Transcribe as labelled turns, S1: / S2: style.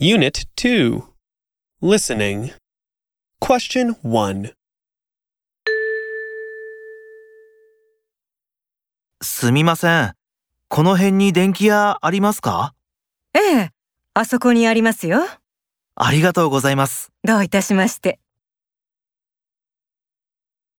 S1: Unit 2 Listening Question 1
S2: すみません。この辺に電気屋ありますか
S3: ええ、あそこにありますよ。
S2: ありがとうございます。
S3: どういたしまして。